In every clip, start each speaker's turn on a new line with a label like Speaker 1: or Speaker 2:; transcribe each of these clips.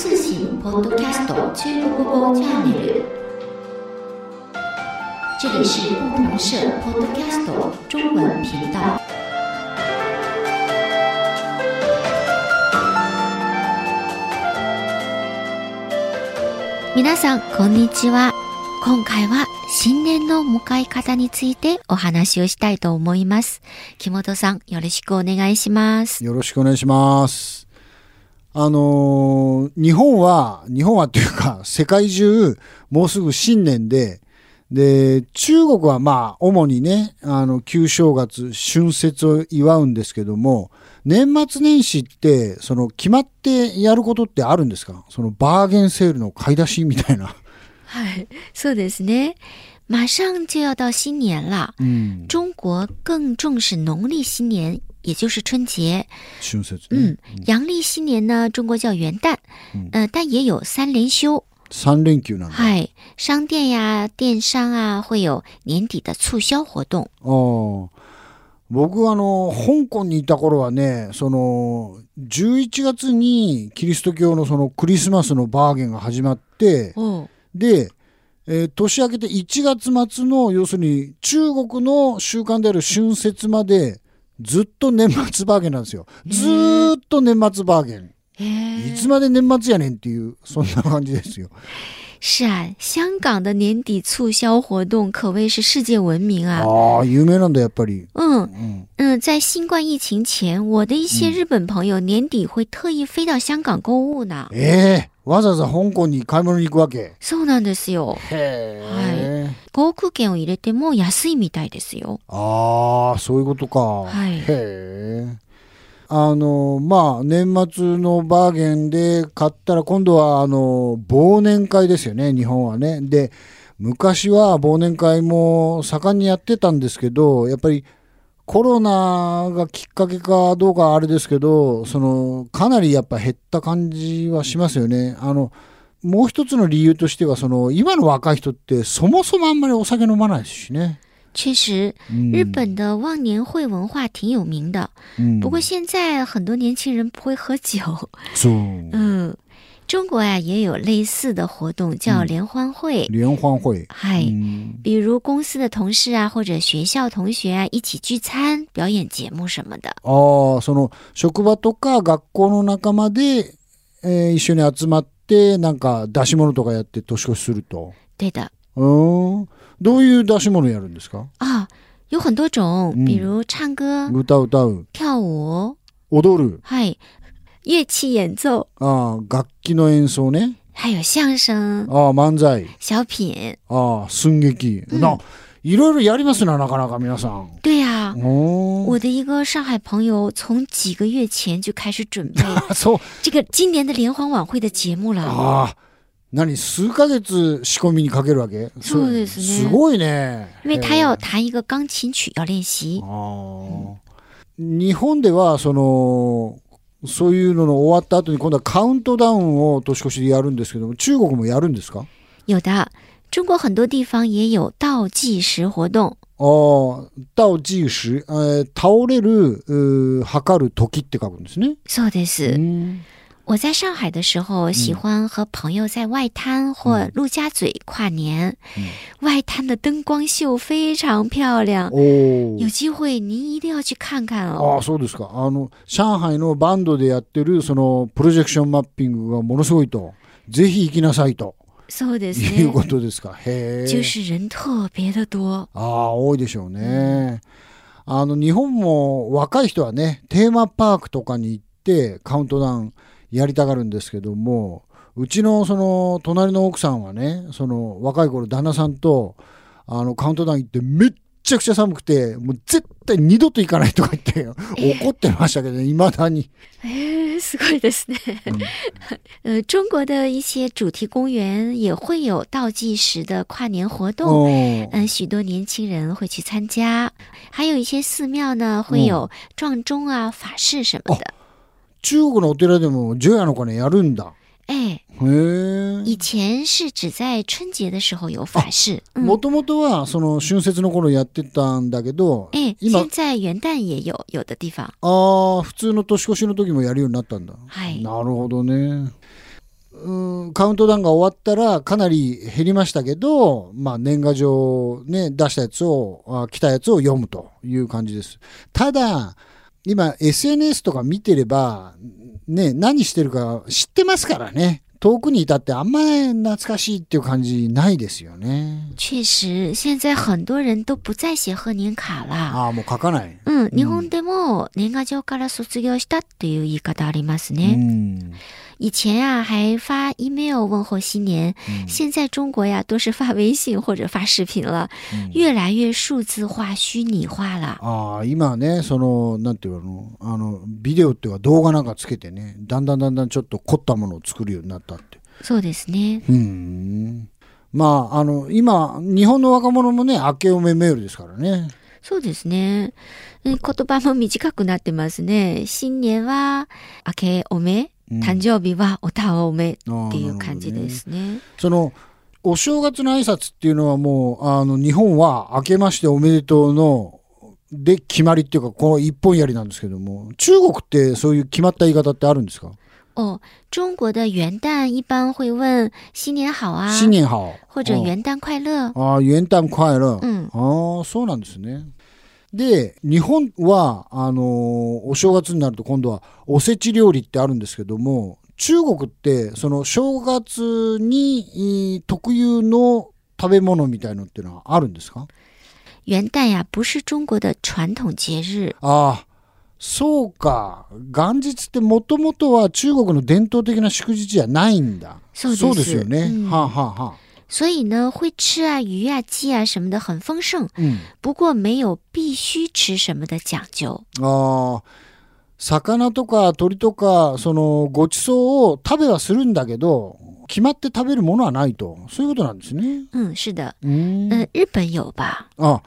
Speaker 1: ポッドキャスト中国語チャンネル。这里是不同社 Podcast 中文频道。皆さんこんにちは。今回は新年の迎え方についてお話をしたいと思います。木本さんよろしくお願いします。
Speaker 2: よろしくお願いします。あのー日本は、日本はというか、 世界中、もうすぐ新年で、で、中国はまあ、主にね、あの、旧正月、春節を祝うんですけども、年末年始って、その、決まってやることってあるんですかその、バーゲンセールの買い出しみたいな。
Speaker 1: はい、そうですね。马上就要到新年了。
Speaker 2: うん、
Speaker 1: 中国更重视农历新年，也就是春节。
Speaker 2: 春節ね。
Speaker 1: 嗯，阳历新年呢，中国叫元旦，呃，但也有三连休。
Speaker 2: 3連休
Speaker 1: 嗯
Speaker 2: なんだ。あ
Speaker 1: 嗨，商店呀、电商啊，会有年底的促销活动。
Speaker 2: ー僕あの香港にいた頃はねその11月にキリスト教のそのクリスマスのバーゲンが始まって
Speaker 1: 哦，
Speaker 2: で、えー年明けて1月末の要するに中国の習慣である春節までずっと年末バーゲンなんですよずーっと年末バーゲン
Speaker 1: 哎
Speaker 2: いつまで年末やねんっていうそんな感じですよ
Speaker 1: 是啊，香港的年底促销活动可谓是世界闻名啊。
Speaker 2: ああ有名なんだやっぱり
Speaker 1: 嗯
Speaker 2: うん
Speaker 1: 嗯，在新冠疫情前，我的一些日本朋友年底会特意飞到香港购物呢。
Speaker 2: ええわざわざ香港に買い物に行くわけ
Speaker 1: そうなんですよ。
Speaker 2: へえ、
Speaker 1: 航空券を入れても安いみたいですよ。
Speaker 2: ああそういうことか、
Speaker 1: はい
Speaker 2: へえあのまあ年末のバーゲンで買ったら今度はあの忘年会ですよね日本はねで昔は忘年会も盛んにやってたんですけどやっぱりコロナがきっかけかどうかあれですけどそのかなりやっぱ減った感じはしますよねあのもう一つの理由としてはその今の若い人ってそもそもあんまりお酒飲まないですしね。
Speaker 1: 确实，
Speaker 2: うん
Speaker 1: 日本的忘年会文化挺有名的，
Speaker 2: うん
Speaker 1: 不过现在很多年轻人不会喝酒。
Speaker 2: そう。
Speaker 1: 嗯，中国呀、也有类似的活动，叫联欢会。
Speaker 2: 联欢会。
Speaker 1: 嗨、
Speaker 2: うん
Speaker 1: 比如公司的同事啊，或者学校同学啊，一起聚餐、表演节目什么的。
Speaker 2: ああ、その職場とか学校の仲間で、えー一緒に集まってなんか出し物とかやって年越しすると。
Speaker 1: 对的
Speaker 2: うーん。どういう出し物やるんですか？
Speaker 1: 啊、有很多种，
Speaker 2: 嗯
Speaker 1: 比如唱歌、
Speaker 2: 歌歌う、
Speaker 1: 跳舞，
Speaker 2: 踊る、
Speaker 1: 嗨，乐器演奏，
Speaker 2: ああ楽器の演奏ね、
Speaker 1: 还有相声、
Speaker 2: ああ漫才、
Speaker 1: 小品。
Speaker 2: ああ寸劇、ないろいろやりますななかなか皆さん。
Speaker 1: 对啊呀、
Speaker 2: うーん。
Speaker 1: 我的一个上海朋友从几个月前就开始准备
Speaker 2: あ そう。
Speaker 1: 这个今年的联欢晚会的节目了。
Speaker 2: ああ。何数ヶ月仕込みにかけるわけ
Speaker 1: そうですね
Speaker 2: すごいね。
Speaker 1: 因为他
Speaker 2: へえ
Speaker 1: 要弹一个钢琴曲要练习，
Speaker 2: 哦あー日本ではそのそういうのの終わった後に今度はカウントダウンを年越しでやるんですけども中国もやるんですか
Speaker 1: 有的中国很多地方也有倒计时活动。
Speaker 2: ああ、倒計時、えー倒れる、うー測る時って書くんですね。
Speaker 1: そうで
Speaker 2: う
Speaker 1: す。
Speaker 2: ん
Speaker 1: 我在上海的时候，喜欢和朋友在外滩或陆家嘴跨年。外滩的灯光秀非常漂亮，
Speaker 2: おー
Speaker 1: 有机会您一定要去看看
Speaker 2: あ
Speaker 1: 哦。
Speaker 2: あ、そうですか。あの、上海のバンドでやってる、その、プロジェクションマッピングがものすごいと。ぜひ行きなさいと
Speaker 1: そうです
Speaker 2: い
Speaker 1: ね
Speaker 2: う。ことですか。へえ。
Speaker 1: 就是人特别的多。
Speaker 2: ああ、多いでしょうね。あの、日本も若い人はね、テーマパークとかに行ってカウントダウンやりたがるんですけども、うちのその隣の奥さんはね、その若い頃旦那さんとあのカウントダウン行ってめっちゃくちゃ寒くて、もう絶対二度と行かないとか言って怒ってましたけどね、未だに。
Speaker 1: 哎， すごいですね。 呃，中国的一些主题公园也会有倒计时的跨年活
Speaker 2: 哦
Speaker 1: 动，
Speaker 2: うん
Speaker 1: 嗯，许多年轻人会去参加。还有一些寺庙呢，会有撞钟啊、法事什么的。
Speaker 2: 中国のお寺でも除夜の鐘やるんだ。
Speaker 1: 哎，
Speaker 2: へえ。
Speaker 1: 以前是只在春节的时候有法事，
Speaker 2: も
Speaker 1: 嗯，
Speaker 2: ともとはその春節の頃やってたんだけど、
Speaker 1: 哎，
Speaker 2: 今
Speaker 1: 现在元旦也有，有的地方。哎
Speaker 2: ああ、普通の年越しの時もやるようになったんだ。
Speaker 1: はい
Speaker 2: なるほどね。うんカウントダウンが終わったらかなり減りましたけど、まあ、年賀状、ね、出したやつをあ来たやつを読むという感じですただ今 SNS とか見てれば、ね、何してるか知ってますからね遠くにいたってあんまり懐かしいっていう感じないですよね
Speaker 1: 确实，现在很多人都不再写贺年卡了。
Speaker 2: ああもう書かない、
Speaker 1: うん、日本でも年賀状から卒業したっていう言い方あります
Speaker 2: う
Speaker 1: ね。
Speaker 2: ん、
Speaker 1: 以前啊还发 email 问候新年，现在中国呀都是发微信或者发视频了，越来越数字化、虚拟化了。
Speaker 2: ああ今ねそのなんていうのあのビデオっていうか動画なんかつけてねだんだんだんだんちょっと凝ったものを作るようになったって
Speaker 1: そうですね。
Speaker 2: うんまああの今日本の若者もね明けおめメールですからね
Speaker 1: そうですね。うん言葉も短くなってますね。新年は明けおめ、
Speaker 2: うん
Speaker 1: 誕生日はおたおめ
Speaker 2: っ
Speaker 1: っていう感じですね。
Speaker 2: そのお正月の挨拶っていうのはもうあの日本は明けましておめでとうので決まりっていうかこの一本やりなんですけども中国ってそういう決まった言い方ってあるんですか
Speaker 1: 哦，中国的元旦一般会问新年好啊，
Speaker 2: 新年好
Speaker 1: 或者
Speaker 2: うん
Speaker 1: 元旦快乐。
Speaker 2: ああ、元旦快乐。
Speaker 1: うん
Speaker 2: ああ、そうなんですね。で、日本は、あのーお正月になると今度はおせち料理ってあるんですけども、中国って、その正月にいい特有の食べ物みたいのっていうのはあるんですか
Speaker 1: 元旦呀，不是中国的传统节日，
Speaker 2: ああ、そうか。元日ってもともとは中国の伝統的な祝日じゃないんだ。
Speaker 1: そうです
Speaker 2: よね。
Speaker 1: うん
Speaker 2: はあ、はあはあ、
Speaker 1: 所以呢，会吃啊鱼啊鸡啊什么的很丰盛，
Speaker 2: うん。
Speaker 1: 不过没有必须吃什么的讲究。
Speaker 2: あー魚とか鳥とかそのごちそうを食べはするんだけど決まって食べるものはないとそういうことなんですね。
Speaker 1: 嗯，是的，
Speaker 2: うーん
Speaker 1: 嗯，日本有吧？
Speaker 2: あ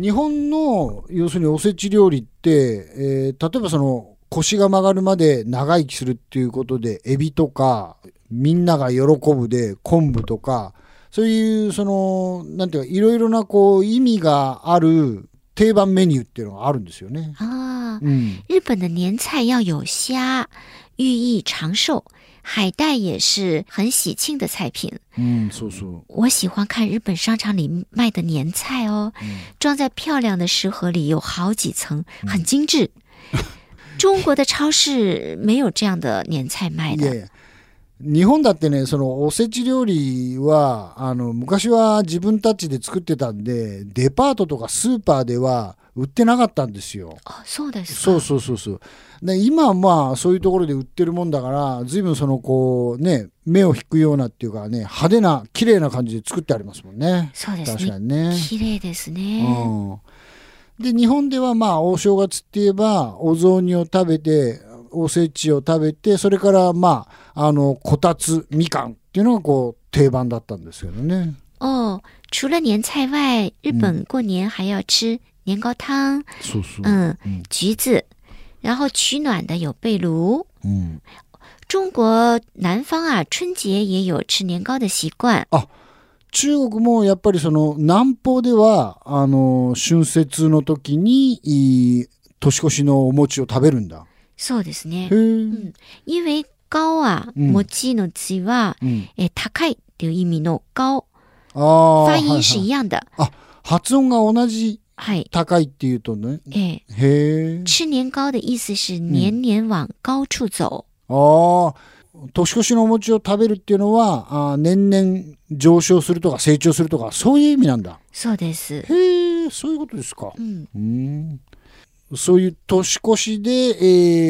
Speaker 2: 日本の要するにおせち料理って、えー例えばその腰が曲がるまで長生きするっていうことでエビとかみんなが喜ぶで昆布とかそういうそのなんていうかいろいろなこう意味がある定番メニューっていうのがあるんですよね。
Speaker 1: 啊，
Speaker 2: うん
Speaker 1: 日本的年菜要有虾，寓意长寿。海带也是很喜庆的菜品，
Speaker 2: うん、そうそう。
Speaker 1: 我喜欢看日本商场里卖的年菜哦，装在漂亮的食盒里，有好几层，很精致。中国的超市没有这样的年菜卖
Speaker 2: いやい
Speaker 1: 的。
Speaker 2: や日本だってねそのおせち料理はあの昔は自分たちで作ってたんでデパートとかスーパーでは売ってなかったんですよ。
Speaker 1: 哦，そうですか。
Speaker 2: そうそうそうそうで今はまあそういうところで売ってるもんだから随分そのこうね目を引くようなっていうかね派手な綺麗な感じで作ってありますもんね。
Speaker 1: そうです
Speaker 2: 確か
Speaker 1: ね。
Speaker 2: にね。
Speaker 1: 綺麗です
Speaker 2: 哦
Speaker 1: ね。
Speaker 2: うん、で日本ではまあお正月って言えばお雑煮を食べておせちを食べてそれからまああのこたつみかんっていうのがこう定番だったんですけどね。
Speaker 1: 哦，除了年菜外，日本过年还要吃年糕汤，
Speaker 2: そうそう
Speaker 1: 嗯，橘子，然后取暖的有被炉。
Speaker 2: うん
Speaker 1: 中国南方啊，春节也有吃年糕的习惯。
Speaker 2: 中国もやっぱりその南方ではあの春節の時にいい年越しのお餅を食べるんだ。
Speaker 1: そうですね
Speaker 2: へ。え。
Speaker 1: 因为高啊，
Speaker 2: 嗯
Speaker 1: もちの字は、
Speaker 2: うん、
Speaker 1: えー高いっていう意味の高、
Speaker 2: あ
Speaker 1: 发
Speaker 2: あ、はいは
Speaker 1: 音是一
Speaker 2: い
Speaker 1: 样的。
Speaker 2: 発音が同じ
Speaker 1: はい。
Speaker 2: 高いっていうとね。
Speaker 1: えー
Speaker 2: へえ。
Speaker 1: 吃年糕的意思是年年往高处走。
Speaker 2: 嗯ああ、年越しのお餅を食べるっていうのは、あー年々上昇するとか成長するとか、そういう意味なんだ。
Speaker 1: そうです。
Speaker 2: へえ、そういうことですか。
Speaker 1: うん。
Speaker 2: うん。そういう年越しで、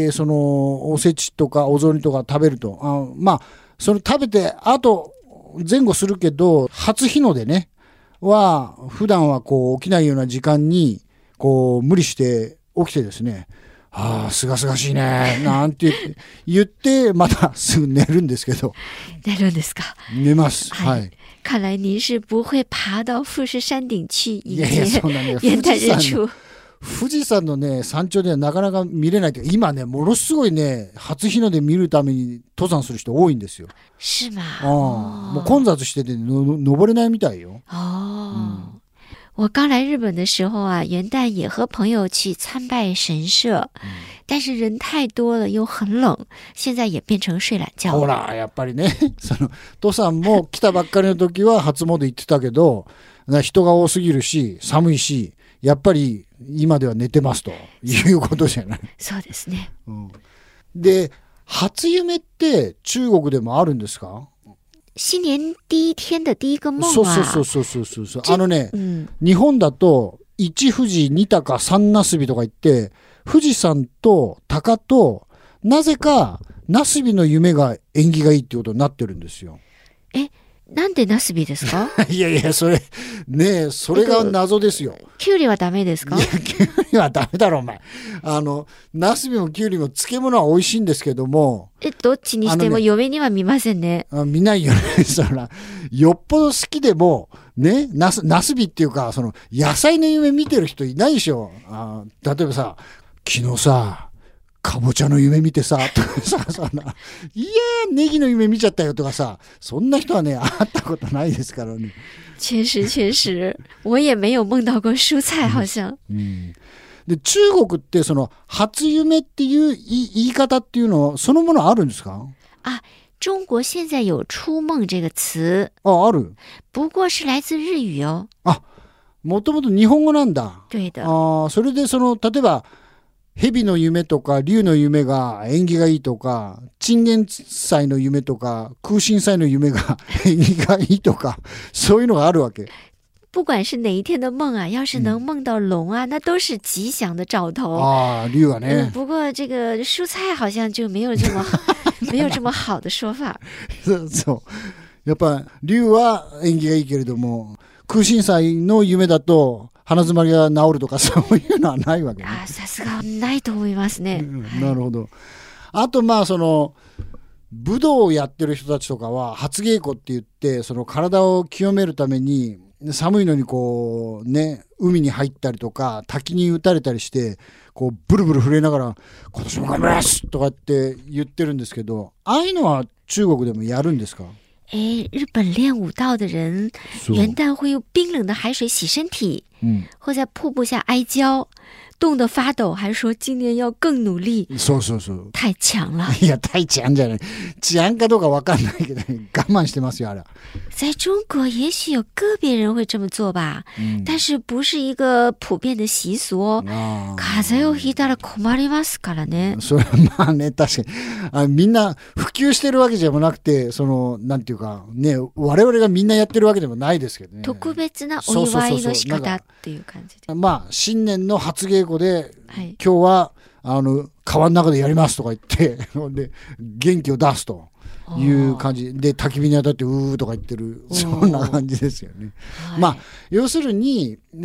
Speaker 2: えーその、おせちとかお雑煮とか食べると。あーまあ、それ食べて、あと、前後するけど、初日の出ね、は、普段はこう、起きないような時間に、こう、無理して起きてですね、ああ、すがすがしいね、なんて言って、 言ってまたすぐ寝るんですけど、
Speaker 1: なるんですか。
Speaker 2: 寝ます。
Speaker 1: は
Speaker 2: はいい。
Speaker 1: 看来您是不会爬到富士山顶去迎
Speaker 2: いやいや、
Speaker 1: 接
Speaker 2: そんなね、
Speaker 1: 元
Speaker 2: 富
Speaker 1: 旦
Speaker 2: 士山
Speaker 1: 日
Speaker 2: の
Speaker 1: 出。
Speaker 2: 富士山のね山頂ではなかなか見れないというか今ねものすごいね初日の出見るために登山する人多いんですよ。
Speaker 1: 是吗？
Speaker 2: ああもう混雑しててのの登れないみたいよ。
Speaker 1: 哦，
Speaker 2: 嗯嗯
Speaker 1: 我刚来日本的时候啊，元旦也和朋友去参拜神社，但是人太多了又很冷，现在也变成睡懒觉
Speaker 2: ほ
Speaker 1: 了。
Speaker 2: ら、やっぱりね、 その、父さんも来たばっかりの時は初詣行ってたけど、な人が多すぎるし、寒いし、やっぱり今では寝てますということじゃない。
Speaker 1: そうですね。
Speaker 2: で、初夢って中国でもあるんですか
Speaker 1: 新年第一天的第一个梦啊，
Speaker 2: そうそうそうそうそうそうそう。
Speaker 1: ち
Speaker 2: あのね、
Speaker 1: 嗯，
Speaker 2: 日本だと、一富士、二鷹、三なすびとか言って、富士山と鷹と、なぜか、なすびの夢が縁起がいいってことになってるんですよ。
Speaker 1: なんでなすびですか？
Speaker 2: いやいや、それ、ねえ、それが謎ですよ。
Speaker 1: きゅうりはダメですか？
Speaker 2: いや、ダメだろ、お前。あの、ナスビもキュウリも漬物は美味しいんですけども、
Speaker 1: えどっちにしても
Speaker 2: あのね
Speaker 1: 嫁には見ませんね。
Speaker 2: あ見ないよね。そら、よっぽど好きでも、ね、ナス、ナスビっていうか、その、野菜の夢見てる人いないでしょ。あ例えばさ、昨日さ、かぼちゃの夢見てさ、とかさ、そんな、いやー、ネギの夢見ちゃったよとかさ、そんな人はね、会ったことないですからね。
Speaker 1: 确 实确实，我也没有梦到过蔬菜，好像。
Speaker 2: で中国ってその初夢っていう言い言い方っていうのはそのものあるんですか
Speaker 1: 中国现在有“初梦”这个词，
Speaker 2: あある
Speaker 1: 不过是来自日语哦。
Speaker 2: もともと日本語なんだ
Speaker 1: 对
Speaker 2: あ
Speaker 1: 的，
Speaker 2: ーそれでその例えば蛇の夢とか竜の夢が縁起がいいとかチンゲン祭の夢とか空心祭の夢が 縁起がいいとかそういうのがあるわけ
Speaker 1: 不管是哪一天的梦啊，要是能梦到龙啊，那都是吉祥的兆头。
Speaker 2: ああ竜は
Speaker 1: 嗯，
Speaker 2: ね
Speaker 1: 不过这个蔬菜好像就没有这么好，没有这么好的说法。
Speaker 2: そうそうやっぱ竜は縁起がいいけれども空心祭の夢だと鼻づまりが治るとかそういうのはないわけね
Speaker 1: あ、啊さすがないと思いますね。
Speaker 2: なるほど。あとまあその武道をやってる人たちとかは初稽古って言ってその体を清めるために寒いのにこうね海に入ったりとか滝に打たれたりしてこうブルブル震えながら「今年も頑張ります!」とかって言ってるんですけどああいうのは中国でもやるんですか
Speaker 1: 哎，日本练武道的人，元旦会用冰冷的海水洗身体，
Speaker 2: うん
Speaker 1: 会在瀑布下哀娇，冻得发抖，还说今年要更努力。
Speaker 2: そうそうそう。
Speaker 1: 太强了！
Speaker 2: いや、大治安じゃない。治安かどうかわかんないけど、我慢してますよ、あれは。
Speaker 1: 在中国，也许有个别人会这么做吧，但是不是一个普遍的习俗哦。
Speaker 2: あー
Speaker 1: 風邪をひいたら困りますからね。
Speaker 2: それはまあね、確かに。あみんな普及してるわけじゃなくて、その、なんていうか、ね、我々がみんなやってるわけでもないですけどね。
Speaker 1: 特別なお祝いの仕方っていう感じで。
Speaker 2: まあ、新年の初稽古で、
Speaker 1: はい。
Speaker 2: 今日は、あの、川の中でやりますとか言って、 ほんで、元気を出すという感じで、焚き火に当たって、うーとか言ってる、
Speaker 1: おー
Speaker 2: そんな感じですよね。
Speaker 1: はい
Speaker 2: まあ、要するに、え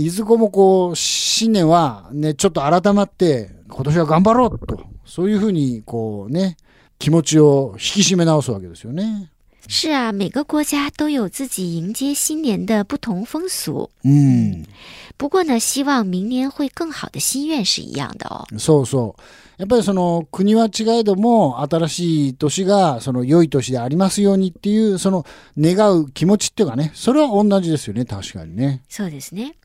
Speaker 2: ーいずこもこう、新年はね、ちょっと改まって、今年は頑張ろうと、そういうふうに、こうね、気持ちを引き締め直すわけですよね。
Speaker 1: 是啊，每个国家都有自己迎接新年的不同风俗。
Speaker 2: うん、
Speaker 1: 不过呢，希望明年会更好的心愿是一样的哦。
Speaker 2: そうそう。やっぱりその国は違えども新しい年がその良い年でありますようにっていうその願う気持ちっていうかねそれは同じですよね確かにね。
Speaker 1: そうですね。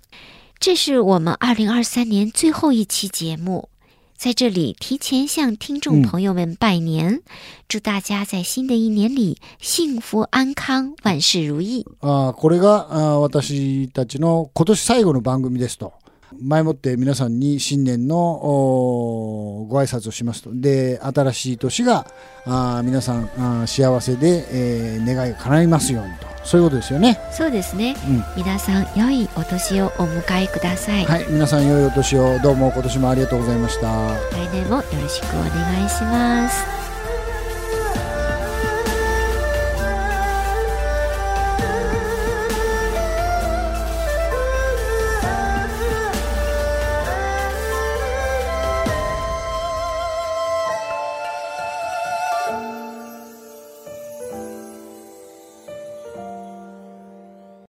Speaker 1: 这是我们二零二三年最后一期节目，在这里提前向听众朋友们拜年，祝大家在新的一年里幸福安康，万事如意。
Speaker 2: あーこれがあー私たちの今年最後の番組ですと前もって皆さんに新年のおーご挨拶をしますとで新しい年があー皆さんあー幸せで、えー願いが叶いますようにとそういうことですよね
Speaker 1: そうですね。
Speaker 2: うん
Speaker 1: 皆さん良いお年をお迎えください。
Speaker 2: はい皆さん良いお年をどうも今年もありがとうございました。
Speaker 1: 来年もよろしくお願いします。